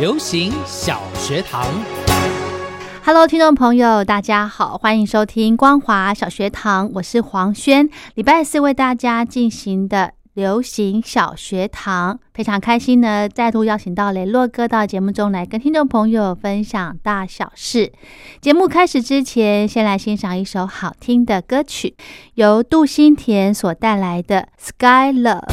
流行小学堂， Hello，听众朋友，大家好，欢迎收听光华小学堂，我是黄轩。礼拜四为大家进行的流行小学堂，非常开心呢，再度邀请到雷洛哥到节目中来跟听众朋友分享大小事。节目开始之前，先来欣赏一首好听的歌曲，由杜新田所带来的《Sky Love》。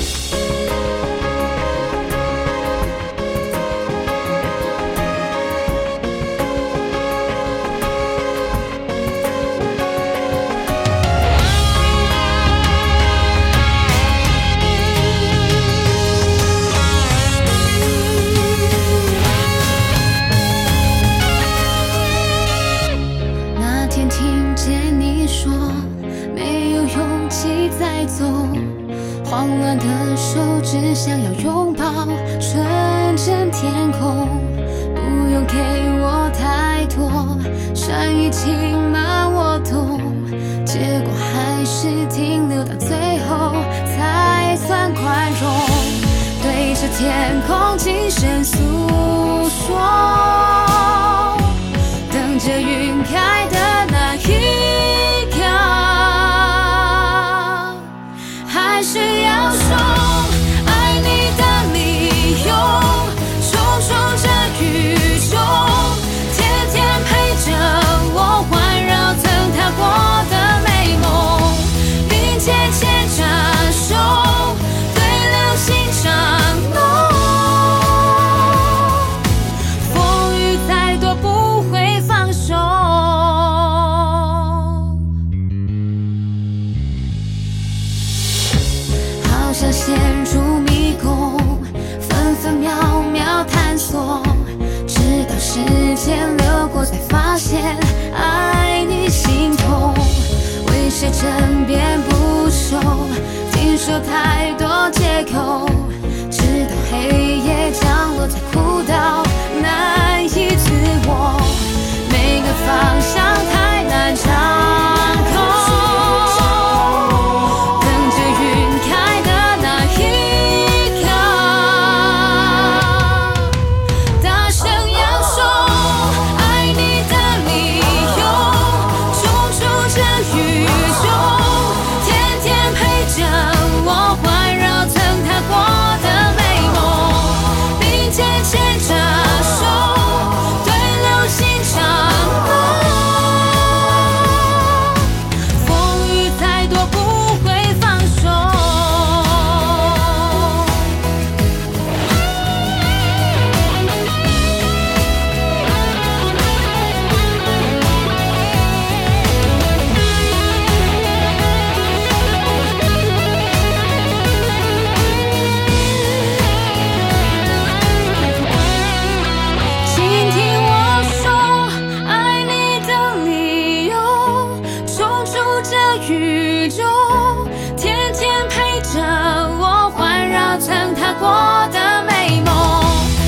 那天听见你说没有勇气再走，慌乱的手只想要拥抱纯真天空，不用给我太多，善意请慢我懂，结果还是停留到最后才算宽容，对着天空轻声诉说。等着云开的那一刻，还是要说爱你的理由，冲撞着宇宙，天天陪着我，环绕曾踏过的美梦，并且牵着手，对流星掌舵。风雨再多不会放手。好像陷入迷宫，分分秒秒探索，直到时间流过，才发现爱你心痛。为谁争辩不休，听说太多借口，直到黑夜降落，才哭到难以自我。每个方向太难掌控。等着云开的那一刻，大声要说爱你的理由，冲出这宇宙，天天陪着我，环绕曾踏过的美梦，并肩牵着手，啊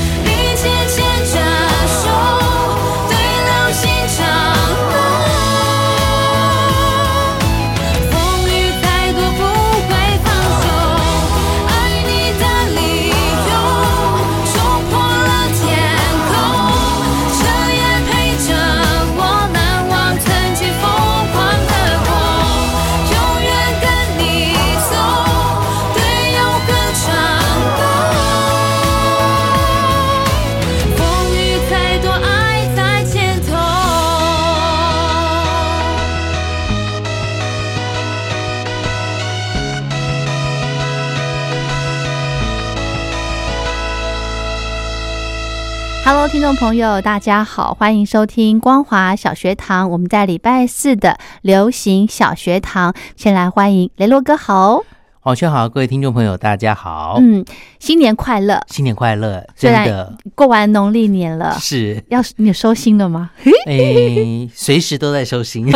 听众朋友，大家好，欢迎收听光华小学堂。我们在礼拜四的流行小学堂，先来欢迎雷洛哥好，黄轩好，各位听众朋友，大家好，嗯，新年快乐！新年快乐！虽真然的过完农历年了，，是 要你收心了 吗？哎，随时都在收心，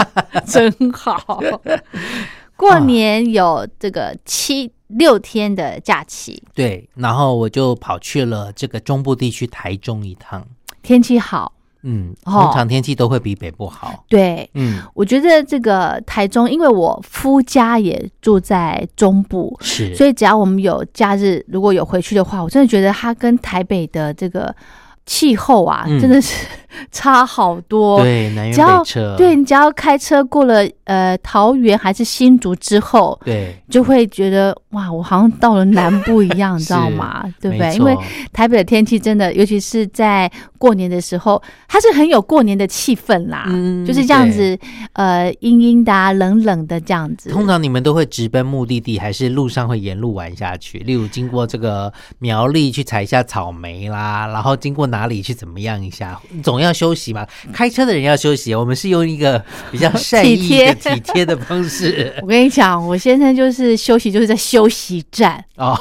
真好，过年有这个七六天的假期，对。然后我就跑去了这个中部地区台中一趟，天气好，嗯，哦通常天气都会比北部好，对。嗯，我觉得这个台中，因为我夫家也住在中部，是，所以只要我们有假日，如果有回去的话，我真的觉得它跟台北的这个气候啊，嗯真的是 差好多。对南只辕要北辙，对你只要开车过了呃桃园还是新竹之后，对，就会觉得哇，我好像到了南部一样，你知道是吗？对不没对？因错为台北的天气真的，尤其是在过年的时候，它是很有过年的气氛啦，嗯就是这样对子，呃，阴阴的、啊、冷冷的这样子。通常你们都会直奔目的地，还是路上会沿路玩下去？例如经过这个苗栗去采一下草莓啦，然后经过哪里去怎么样一下，总要休息嘛。开车的人要休息，我们是用一个比较善意的、 体贴体贴的方式我跟你讲，我先生就是休息，就是在休息站， 哦，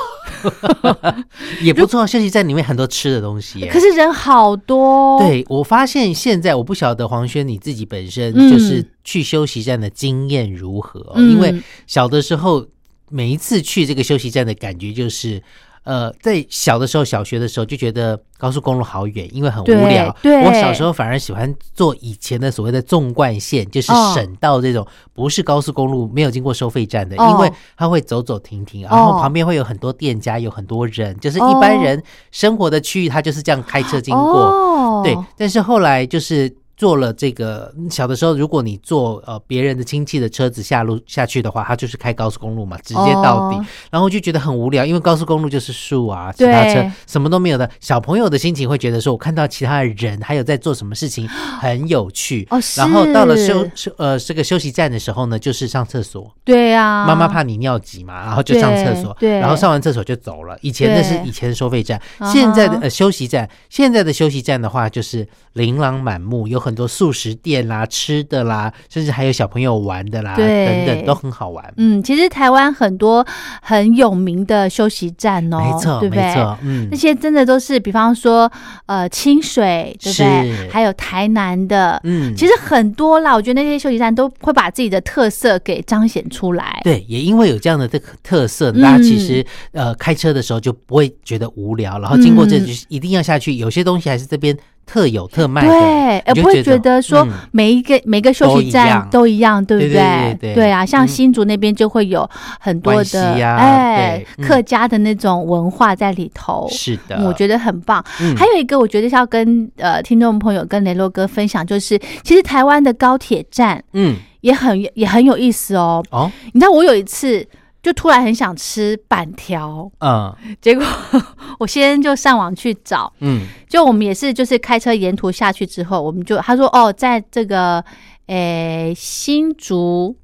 也不错。休息站里面很多吃的东西耶可。是人好多。，哦对，我发现现在我不晓得黄轩你自己本身嗯就是去休息站的经验如何哦、嗯因为小的时候每一次去这个休息站的感觉就是。呃，在小的时候，小学的时候就觉得高速公路好远，因为很无聊。对对我小时候反而喜欢坐以前的所谓的纵贯线，就是哦省道这种，不是高速公路，没有经过收费站的，哦因为它会走走停停，然后哦旁边会有很多店家，有很多人，就是一般哦人生活的区域，它就是这样开车经过。哦，对，但是后来就是坐了这个小的时候，如果你坐呃别人的亲戚的车子下路下去的话，他就是开高速公路嘛，直接到底，哦然后就觉得很无聊，因为高速公路就是树啊、其他车对什么都没有的。小朋友的心情会觉得说，我看到其他的人还有在做什么事情，很有趣。哦然后到了休是休呃这个休息站的时候呢，就是上厕所，对啊，妈妈怕你尿急嘛，然后就上厕所，对对然后上完厕所就走了。以前那是对以前的收费站啊，哈现在的、呃休息站，现在的休息站的话就是琳琅满目，有很多素食店啦、吃的啦，甚至还有小朋友玩的啦，对等等都很好玩。嗯，其实台湾很多很有名的休息站哦，没错，对不对？没错，嗯那，些真的都是，比方说，呃，清水，对不对？是还有台南的，嗯其实很多啦。我觉得那些休息站都会把自己的特色给彰显出来。对，也因为有这样的特特色，嗯大家其实、呃开车的时候就不会觉得无聊，然后经过这嗯就一定要下去，有些东西还是这边特有特卖的，对，你而就不会觉得说嗯每一个每个休息站都都一样，对不对对对对对啊，像嗯新竹那边就会有很多关系的呀哎对嗯客家的那种文化在里头。是的，我觉得很棒。嗯还有一个，我觉得是要跟呃听众朋友跟雷洛哥分享，就是其实台湾的高铁站嗯也很也很有意思哦。哦你知道我有一次就突然很想吃板条，嗯结果 我先就上网去找，嗯就我们也是就是开车沿途下去之后，我们就他说哦，在这个诶新竹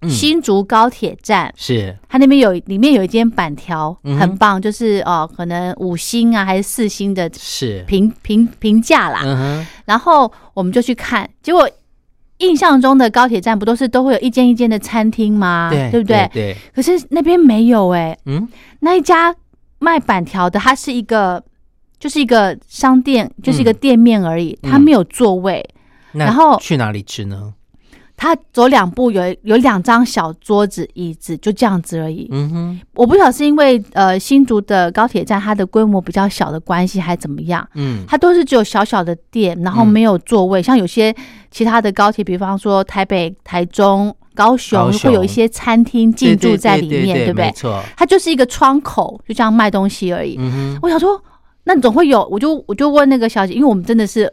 嗯新竹高铁站。是它那边有里面有一间板条、嗯哼很棒，就是哦，可能五星啊还是四星的是，评评评价啦、嗯哼，然后我们就去看，结果印象中的高铁站不都是都会有一间一间的餐厅吗？对啊不对？对，可是那边没有哎、嗯那一家卖板条的，它是一个就是一个商店，就是一个店面而已，嗯它没有座位。那然后去哪里吃呢？它走两步有有两张小桌子、椅子，就这样子而已。嗯哼，我不晓得是因为呃新竹的高铁站它的规模比较小的关系，还怎么样？嗯它都是只有小小的店，然后嗯没有座位。像有些其他的高铁，比方说台北、台中、高雄，高雄会有一些餐厅进驻在里面，对不对没？错，它就是一个窗口，就这样卖东西而已。嗯哼，我想说，那你总会有，我就我就问那个小姐，因为我们真的是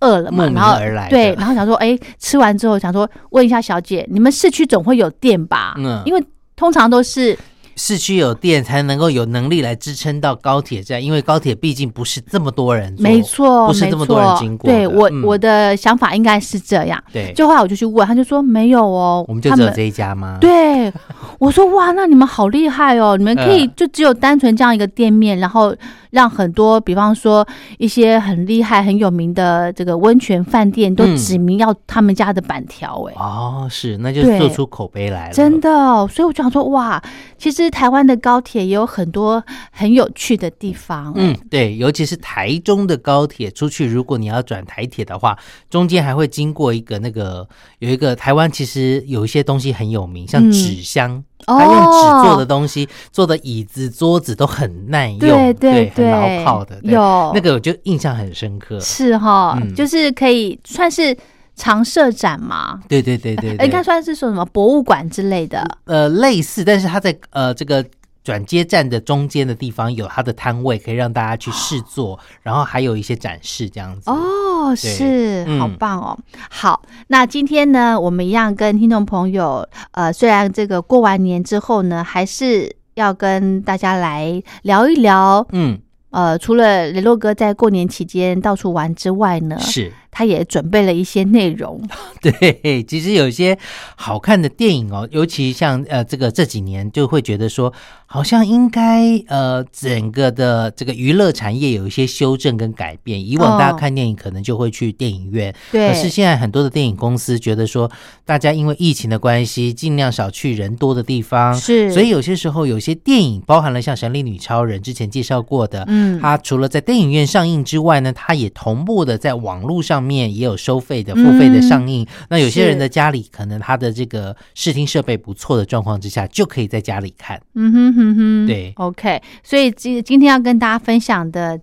饿了嘛，慕名然后而来的对，然后想说，哎、吃完之后想说问一下小姐，你们市区总会有店吧？嗯因为通常都是市区有电才能够有能力来支撑到高铁站，因为高铁毕竟不是这么多人坐，没错，不是这么多人没错经过的。对我、嗯我的想法应该是这样。对，就后来我就去问，他就说没有哦，我们就他只有这一家吗？，对，我说哇，那你们好厉害哦！你们可以嗯就只有单纯这样一个店面，然后让很多，比方说一些很厉害、很有名的这个温泉饭店都嗯指明要他们家的板条、哎、哦，是，那就对做出口碑来了。真的哦、所以我就想说，哇，其实台湾的高铁也有很多很有趣的地方、哎嗯，对，尤其是台中的高铁出去，如果你要转台铁的话，中间还会经过一个那个有一个台湾，其实有一些东西很有名，像嗯纸箱，哦它用纸做的东西，做的椅子、桌子都很耐用，对对对，很牢靠的。对有那个我就印象很深刻。是哈、嗯就是可以算是常设展嘛，对对对对呃对，应该算是说什么博物馆之类的。呃类似，但是它在呃这个转接站的中间的地方有它的摊位，可以让大家去试坐，然后还有一些展示这样子。哦，对是，好嗯棒哦！好，那今天呢，我们一样跟听众朋友，呃，虽然这个过完年之后呢，还是要跟大家来聊一聊，嗯，呃，除了雷洛哥在过年期间到处玩之外呢，是。他也准备了一些内容， 对，其实有一些好看的电影哦，尤其像呃这个这几年就会觉得说，好像应该呃整个的这个娱乐产业有一些修正跟改变。以往大家哦看电影可能就会去电影院，对可，是现在很多的电影公司觉得说，大家因为疫情的关系，尽量少去人多的地方。是所以有些时候有些电影包含了像《神力女超人》之前介绍过的，嗯，它除了在电影院上映之外呢，它也同步的在网络上面也有收费的、付费的上映。那有些人的家里可能他的这个视听设备不错的状况之下，就可以在家里看。嗯哼哼哼，对，OK，所以今今天要跟大家分享的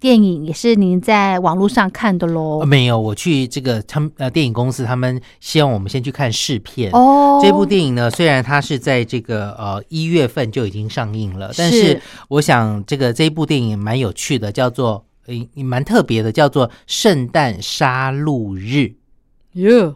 电影也是您在网络上看的喽呃，没有，我去这个他们呃电影公司，他们希望我们先去看试片。哦，这部电影呢，虽然它是在这个呃一月份就已经上映了，但是是我想这个这一部电影蛮有趣的，叫做呃蛮特别的，叫做《圣诞杀戮日》。哟，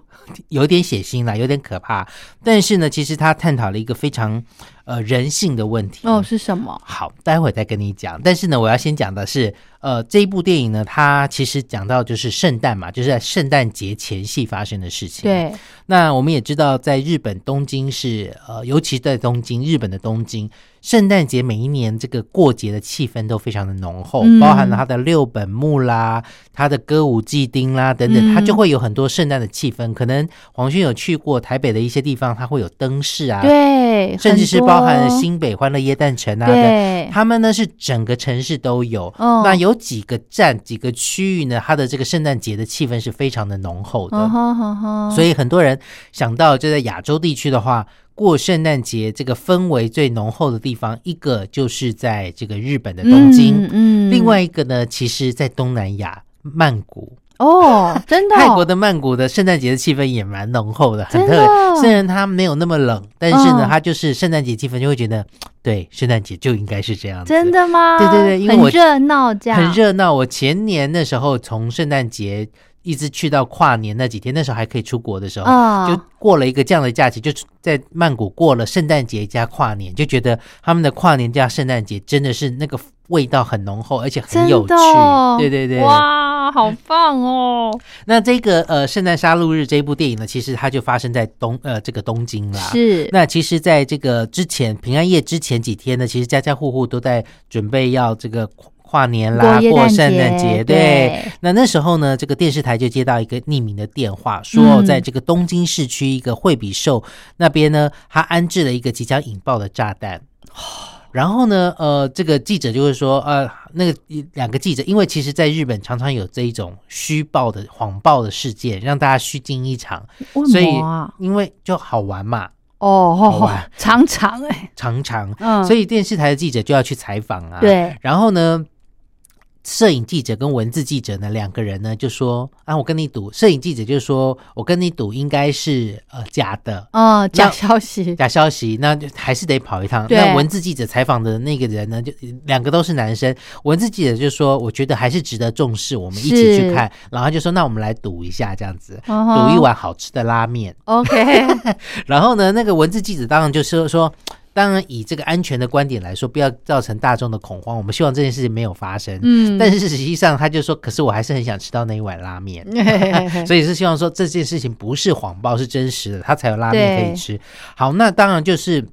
有点血腥啦，有点可怕。但是呢，其实他探讨了一个非常呃人性的问题。哦，是什么？好，待会再跟你讲。但是呢，我要先讲的是，呃，这一部电影呢，它其实讲到就是圣诞嘛，就是在圣诞节前夕发生的事情。。对，那我们也知道，在日本东京是呃，尤其在东京，日本的东京，圣诞节每一年这个过节的气氛都非常的浓厚，嗯包含了它的六本木啦、它的歌舞伎町啦等等，嗯它就会有很多圣诞的气氛。可能黄轩有去过台北的一些地方，它会有灯饰啊，对，甚至很是多包含了新北欢乐耶诞城啊等对，他们呢是整个城市都有。嗯那有几个站、几个区域呢？它的这个圣诞节的气氛是非常的浓厚的。嗯哼哼哼，所以以很多人想到，就在亚洲地区的话，过圣诞节这个氛围最浓厚的地方，一个就是在这个日本的东京，嗯，嗯另外一个呢，其实在东南亚曼谷。 哦，真的哦，泰国的曼谷的圣诞节的气氛也蛮浓厚的，很特真的别。虽然它没有那么冷，但是呢，嗯它就是圣诞节气氛就会觉得，嗯对，圣诞节就应该是这样 子。真的吗？对对对因为很我热闹这样，很热闹。我前年那时候从圣诞节一直去到跨年那几天，那时候还可以出国的时候，嗯就过了一个这样的假期，就在曼谷过了圣诞节加跨年，就觉得他们的跨年加圣诞节真的是那个味道很浓厚，而且很真有趣。的哦对对对，哇，好棒哦！那这个呃《圣诞杀戮日》这一部电影呢，其实它就发生在东呃这个东京啦。是，那其实，在这个之前平安夜之前几天呢，其实家家户户都在准备要这个跨跨年啦，过耶过诞圣节诞节。对那那时候呢，这个电视台就接到一个匿名的电话，说嗯在这个东京市区一个惠比寿那边呢，他安置了一个即将引爆的炸弹。然后呢，呃，这个记者就会说，呃，那个两个记者，因为其实在日本常常有这一种虚报的谎报的事件，让大家虚惊一场，为所以什么啊因为就好玩嘛，好哦玩，常常哎，常常，嗯，所以以电视台的记者就要去采访啊。，对，然后呢，摄影记者跟文字记者呢两个人呢就说啊，我跟你赌，摄影记者就说我跟你赌应该是呃假的。嗯，假消息，假消息，那就还是得跑一趟。对那文字记者采访的那个人呢，就两个都是男生。文字记者就说：“我觉得还是值得重视，我们一起去是看。”然后他就说：“那我们来赌一下，这样子，嗯哼赌一碗好吃的拉面。” OK，然后呢，那个文字记者当然就说说，当然，以这个安全的观点来说，不要造成大众的恐慌。我们希望这件事情没有发生。嗯但是实际上，他就说，可是我还是很想吃到那一碗拉面。所以是希望说这件事情不是谎报，是真实的，他才有拉面可以吃。好，那当然就是。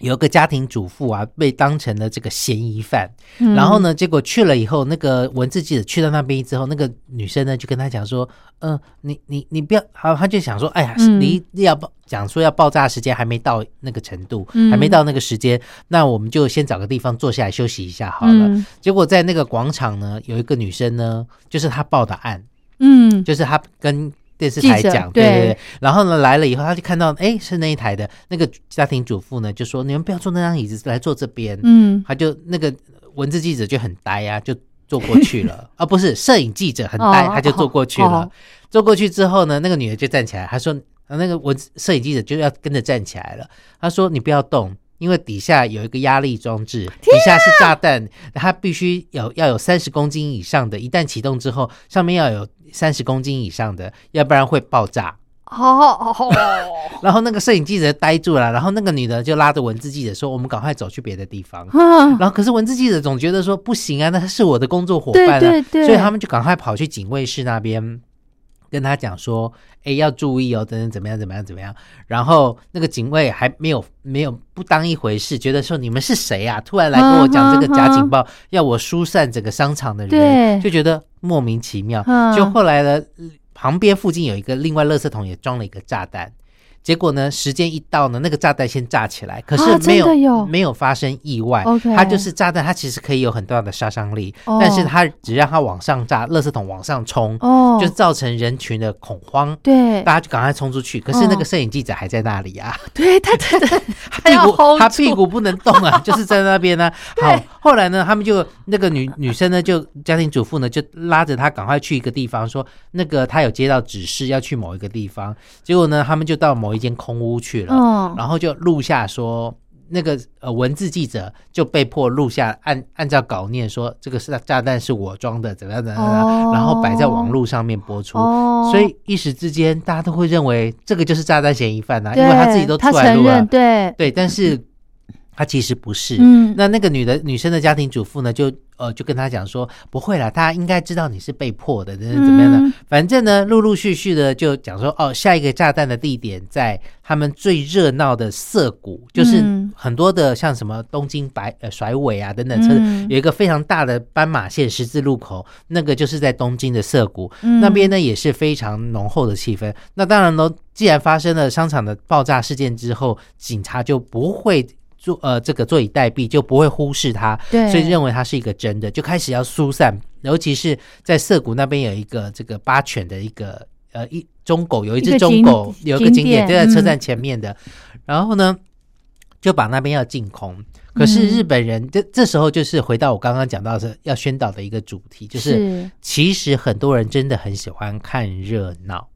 有一个家庭主妇啊，被当成了这个嫌疑犯，嗯然后呢，结果去了以后，那个文字记者去到那边之后，那个女生呢就跟他讲说，嗯、你你你不要，好，他就想说，哎呀，嗯离要爆讲说要爆炸时间还没到那个程度，嗯还没到那个时间，那我们就先找个地方坐下来休息一下好了。嗯结果在那个广场呢，有一个女生呢，就是她报的案，嗯，就是他跟电视台记者讲，对对对对。然后呢，来了以后，他就看到，哎，是那一台的那个家庭主妇呢，就说你们不要坐那张椅子，来坐这边。嗯他就那个文字记者就很呆啊，就坐过去 了啊，不是摄影记者很呆，哦他就坐过去了哦。坐过去之后呢，那个女的就站起来，她说，呃那个文字摄影记者就要跟着站起来了。他说你不要动。因为底下有一个压力装置，啊底下是炸弹，它必须有要有三十公斤以上的，一旦启动之后，上面要有三十公斤以上的，要不然会爆炸。哦 哦，然后那个摄影记者呆住了，然后那个女的就拉着文字记者说：“我们赶快走去别的地方。”啊然后可是文字记者总觉得说不行啊，那他是我的工作伙伴啊，对对对所以他们就赶快跑去警卫室那边跟他讲说，哎，要注意哦，等等怎么样怎么样怎么样。然后那个警卫还没有没有不当一回事，觉得说你们是谁啊？突然来跟我讲这个假警报，要我疏散整个商场的嗯对人，就觉得莫名其妙。嗯就后来呢，旁边附近有一个另外垃圾桶也装了一个炸弹。结果呢，时间一到呢，那个炸弹先炸起来，可啊是没有,、真的有没有发生意外。 OK 它就是炸弹，它其实可以有很大的杀伤力，哦但是它只让它往上炸，垃圾桶往上冲，哦，就造成人群的恐慌。对大家就赶快冲出去，可是那哦个摄影记者还在那 里啊，对，他真的他他屁要股 hold 他住屁股不能动 啊，就是在那边呢、好，后来呢，他们就那个女女生呢，就家庭主妇呢，就拉着他赶快去一个地方，说那个他有接到指示要去某一个地方，结果呢，他们就到某一间空屋去了。哦然后就录下说，那个呃文字记者就被迫录下按按照稿念说这个是炸弹是我装的，怎么样怎么样，怎么样哦然后摆在网络上面播出。哦，所以一时之间，大家都会认为这个就是炸弹嫌疑犯啊，因对为他自己都出他来承录了认，，对，对，但是他其实不是。嗯那那个女的女生的家庭主妇呢，就呃就跟他讲说，不会啦，大家应该知道你是被迫的，等等怎么样的。嗯反正呢，陆陆续续的就讲说，哦，下一个炸弹的地点在他们最热闹的涩谷，就是嗯很多的像什么东京白呃甩尾啊等等车子，嗯有一个非常大的斑马线十字路口，那个就是在东京的涩谷。嗯那边呢也是非常浓厚的气氛。那当然喽，既然发生了商场的爆炸事件之后，警察就不会坐呃这个坐以待毙，就不会忽视它，对所以认为它是一个真的，就开始要疏散。尤其是在涩谷那边有一个这个八犬的一个呃一中狗，有一一只个中景狗，有一个景点景点就在车站前面的，然后呢就把那边要净空。可是嗯日本人这这时候就是回到我刚刚讲到的要宣导的一个主题，就是是其实很多人真的很喜欢看热闹，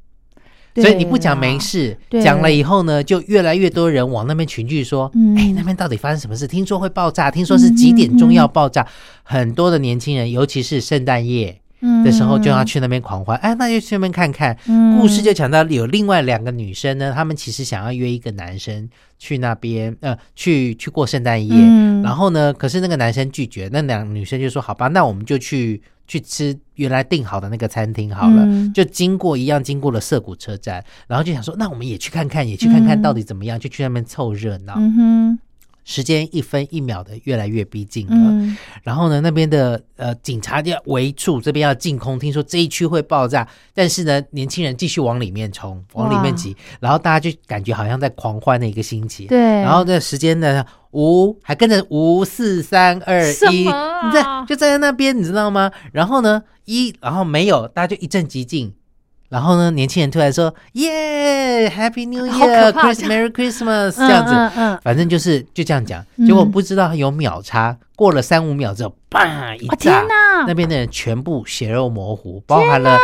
对所以你不讲啦没事，对讲了以后呢，就越来越多人往那边群聚，说：“嗯哎、那边到底发生什么事？听说会爆炸，听说是几点钟要爆嗯炸。很多的年轻人，尤其是圣诞夜的时候，就要去那边狂欢。哎，那就去那边看看。嗯故事就讲到有另外两个女生呢，她们其实想要约一个男生去那边，呃，去去过圣诞夜。嗯然后呢，可是那个男生拒绝，那两个女生就说：“好吧，那我们就去去吃原来订好的那个餐厅好了。嗯就经过一样经过了涩谷车站，然后就想说：“那我们也去看看，也去看看嗯到底怎么样，就去那边凑热闹。嗯哼时间一分一秒的越来越逼近了。嗯然后呢，那边的呃警察就要围住，这边要净空。听说这一区会爆炸，但是呢，年轻人继续往里面冲，往里面挤，然后大家就感觉好像在狂欢的一个星期。对，然后这时间呢，五还跟着五四三二什一，么啊你在就站在那边，你知道吗？然后呢，一然后没有，大家就一阵寂静。然后呢，年轻人突然说：“耶，Happy New 好可 Year，Christmas 怕这 Merry Christmas。”嗯这样子，嗯嗯，反正就是就这样讲，嗯结果不知道有秒差，过了三五秒之后，啪一我炸哦天，哪那，边的人全部血肉模糊，包含了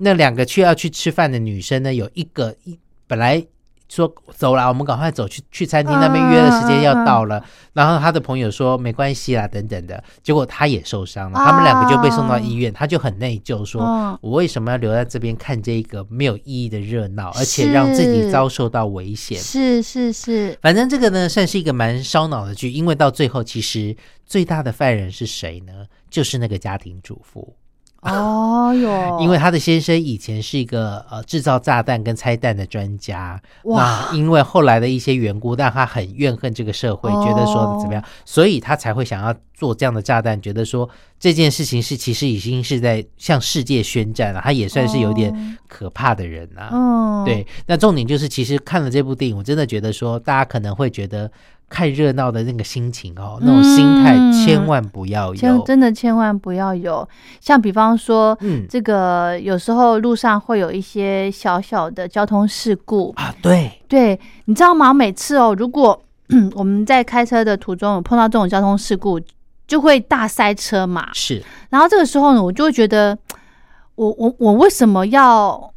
那两个去要去吃饭的女生呢，有一个一本来说走啦，我们赶快走去去餐厅那边约了时间要到了。然后他的朋友说没关系啦，等等的。结果他也受伤了，他们两个就被送到医院，他就很内疚说，嗯我为什么要留在这边看这一个没有意义的热闹，而且让自己是遭受到危险？是是 是，反正这个呢，算是一个蛮烧脑的剧，因为到最后其实最大的犯人是谁呢？就是那个家庭主妇，哦哟，因为她的先生以前是一个呃制造炸弹跟拆弹的专家，哇那因为后来的一些缘故，让她很怨恨这个社会，哦觉得说怎么样，所以她才会想要做这样的炸弹，觉得说这件事情是其实已经是在向世界宣战了，她也算是有哦点可怕的人啊。嗯，对，那重点就是，其实看了这部电影，我真的觉得说，大家可能会觉得看热闹的那个心情哦，那种心态嗯千万不要有千。真的千万不要有，像比方说，嗯这个有时候路上会有一些小小的交通事故，啊，对，对，你知道吗？每次哦，如果 我们在开车的途中有碰到这种交通事故，就会大塞车嘛。是然后这个时候呢，我就会觉得，我我我为什么要？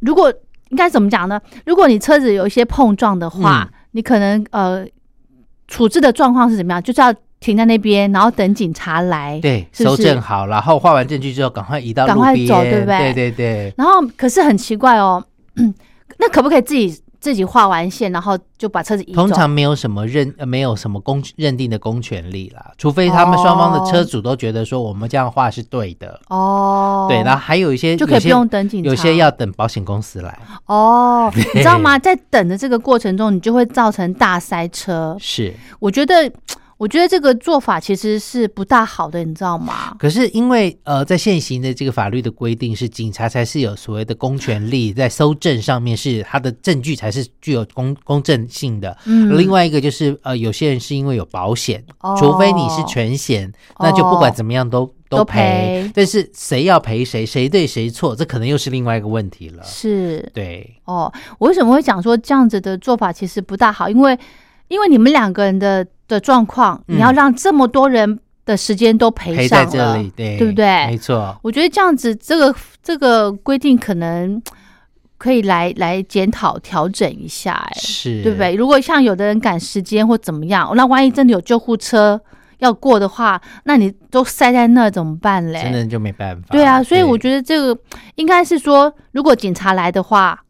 如果应该怎么讲呢？如果你车子有一些碰撞的话，嗯你可能呃处置的状况是怎么样？就是要停在那边，然后等警察来。对，是不收是证好，然后画完证据之后，赶快移到赶路快边，走对不对对？对对然后可是很奇怪哦， 那可不可以自己自己画完线，然后就把车子移走？通常没有什么认，呃没有什么公认定的公权力啦，除非他们双方的车主都觉得说我们这样画是对的，哦，对，然后还有一些就可以有些不用等警察有些要等保险公司来， 哦，你知道吗？在等的这个过程中，你就会造成大塞车。是。我觉得，我觉得这个做法其实是不大好的，你知道吗？可是因为呃，在现行的这个法律的规定是，警察才是有所谓的公权力，在搜证上面是他的证据才是具有公公正性的。嗯另外一个就是呃，有些人是因为有保险，哦除非你是全险，那就不管怎么样都。都都赔赔，但是谁要赔谁，谁对谁错，这可能又是另外一个问题了。是对，哦。我为什么会讲说这样子的做法其实不大好？因为，因为你们两个人的的状况，嗯你要让这么多人的时间都赔赔上在了，这里，对对，不没对？错，我觉得这样子，这个这个规定可能可以来来检讨调整一下、哎，是，对不对？？如果像有的人赶时间或怎么样，那万一真的有救护车要过的话，那你都塞在那儿怎么办嘞？真的就没办法。对啊，所以我得觉得这个应该是说，如果警察来的话，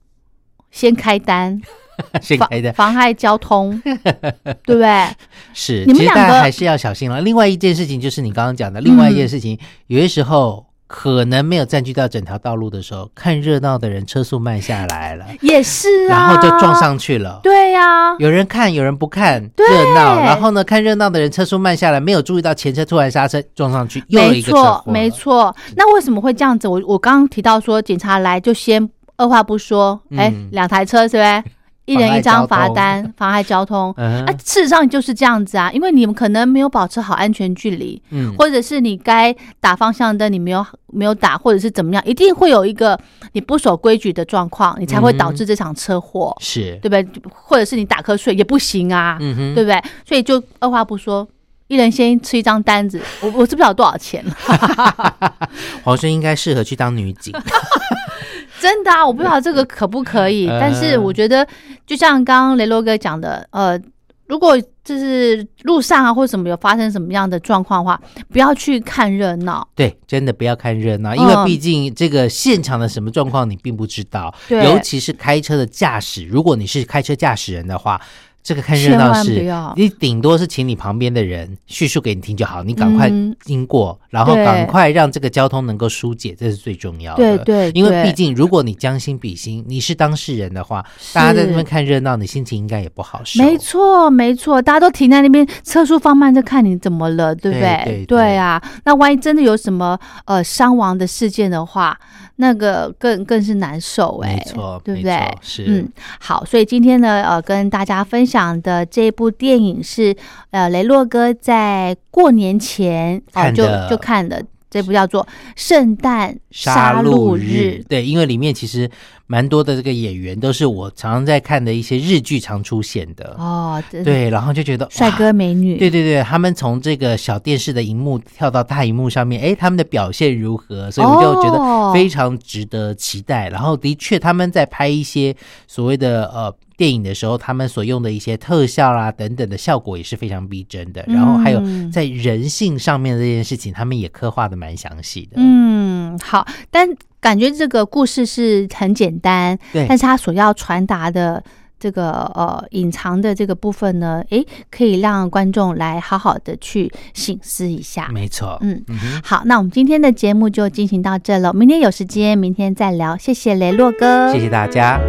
先开单， 先妨开的妨碍交 通，对不对？是，你们其实两大个嗯家还是要小心了。另外一件事情就是你刚刚讲的，另外一件事情，有些时候可能没有占据到整条道路的时候，看热闹的人车速慢下来了，也是啊，然后就撞。上去了。对啊呀、 有人看，有人不看热闹，然后呢，看热闹的人车速慢下来，没有注意到前车突然刹车撞上去，又有没一个车错祸，没，错。那为什么会这样子？我我刚刚提到说，警察来就先二话不说，哎、嗯两台车是 呗，一人一张罚妨碍交通单，妨碍交通。嗯啊，哼事实上就是这样子啊，因为你们可能没有保持好安全距离，嗯，或者是你该打方向灯你没有没有打，或者是怎么样，一定会有一个你不守规矩的状况，你才会导嗯致这场车祸，是，对不对？或者是你打瞌睡也不行啊，嗯哼，对不对？所以就二话不说。一人先吃一张单子，我我知不知道多少钱了？黄轩应该适合去当女警，真的啊，我不知道这个可不可以，呃但是我觉得就像刚刚雷洛哥讲的，呃，如果就是路上啊或者什么有发生什么样的状况的话，不要去看热闹，对，真的不要看热闹，因为嗯毕竟这个现场的什么状况你并不知道，对尤其是开车的驾驶，如果你是开车驾驶人的话。这个看热千闹万不是要，你顶多是请你旁边的人叙述给你听就好，你赶快嗯经过，然后对赶快让这个交通能够疏解，这是最重要对的。对因为对毕竟如果你将心比心，你是当事人的话，大家在那边看热闹，你心情应该也不好受。没错，没错，大家都停在那边，车速放慢，在看你怎么了，对不对？对对对啊，那万一真的有什么呃伤亡的事件的话，那个更更是难受哎、没错，对不没对错？是，嗯，好，所以今天呢，呃，跟大家分享的这部电影是呃雷洛哥在过年前哦、看就的就看的，这部叫做《圣诞杀戮戮日，对，因为里面其实蛮多的这个演员都是我常常在看的一些日剧常出现的。哦，对，对，然后就觉得帅哇哥美女，对对对，他们从这个小电视的荧幕跳到大荧幕上面，哎，他们的表现如何？所以我就觉哦得非常值得期待。然后的确，他们在拍一些所谓的呃电影的时候，他们所用的一些特效啦、等等的效果也是非常逼真的。然后还有嗯在人性上面的这件事情，他们也刻画的蛮详细的。嗯，好，但感觉这个故事是很简单，对但是他所要传达的这个呃隐藏的这个部分呢，诶，可以让观众来好好的去醒思一下。没错，嗯，好，那我们今天的节目就进行到这了，明天有时间，明天再聊。谢谢雷洛哥，谢谢大家。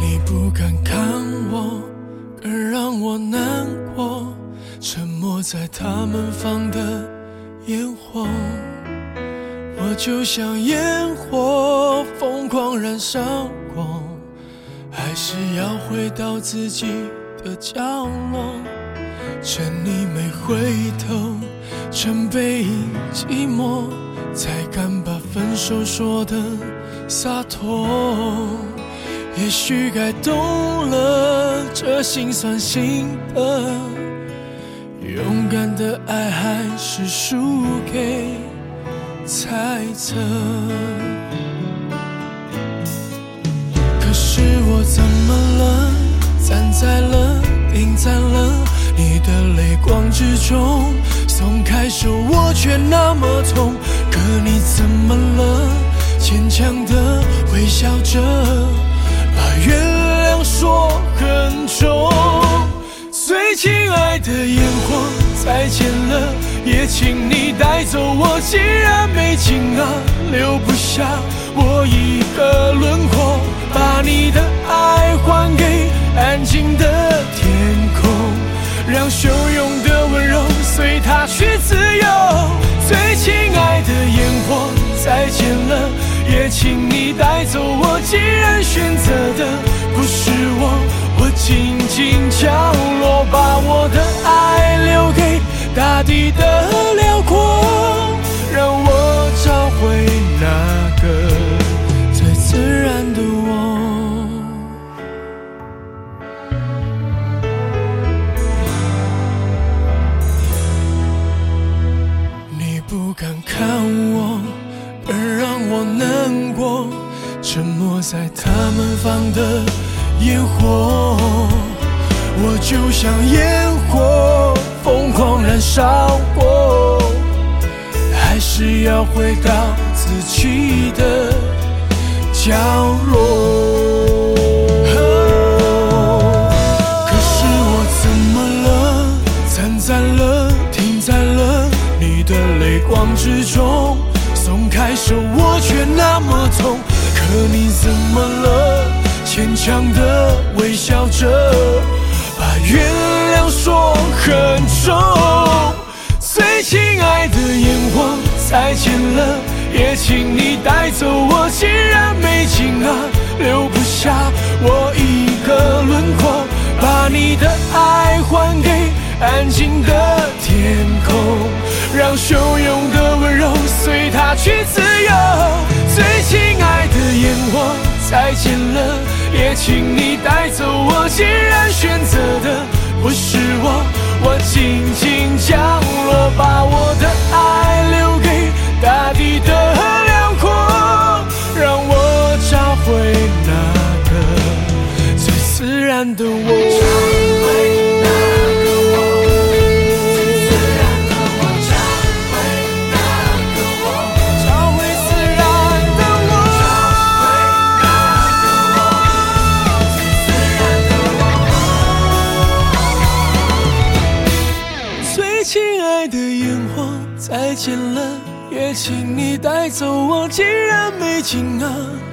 你不敢看我，更让我难过。沉默在他们放的烟火，我就像烟火疯狂燃烧过，还是要回到自己的角落。趁你没回头，趁被寂寞，才敢把分手说的洒脱。也许该懂了，这心酸心的，勇敢的爱还是输给猜测。可是我怎么了？站在了，停在了你的泪光之中，松开手我却那么痛。可你怎么了？牵强的微笑着，把原谅说很重。最亲爱的烟火，再见了，也请你带走我。既然没情啊，留不下我一个轮廓，把你的爱还给安静的天空，让汹涌的温柔随它去自由。最亲爱的烟火，再见了，也请你带走我。既然选择的不是我，我紧紧角落，把我的爱留给大地的辽阔，让我找回那个最自然的我。你不敢看我，而让我难过，沉默在他们放的烟火，我就像烟火疯狂燃烧过，还是要回到自己的角落。哦可是我怎么了？站在了，停在了你的泪光之中，松开手我却那么痛。可你怎么了？牵强的微笑着，把原谅说很重。最亲爱的烟火，再见了，也请你带走我。既然没情啊，留不下我一个轮廓，把你的爱还给安静的天空，让汹涌的温柔随它去自由。最亲爱的烟火，再见了，也请你带走我。既然选择的。不是我，我紧紧降落，把我的爱留给大地的辽阔，让我找回那个最自然的我。找回自然的我。最亲爱的烟火，再见了，也请你带走我。既然没情啊，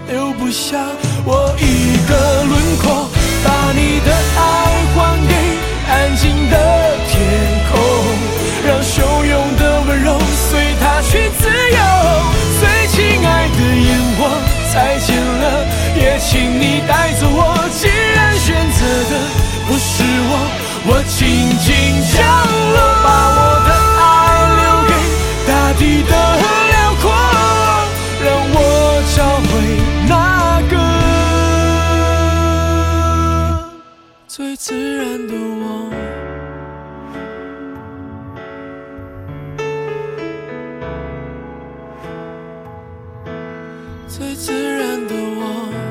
留不下我一个轮廓，把你的爱还给安静的天空，让汹涌的温柔随它去自由。最亲爱。的。亲爱最自然的我。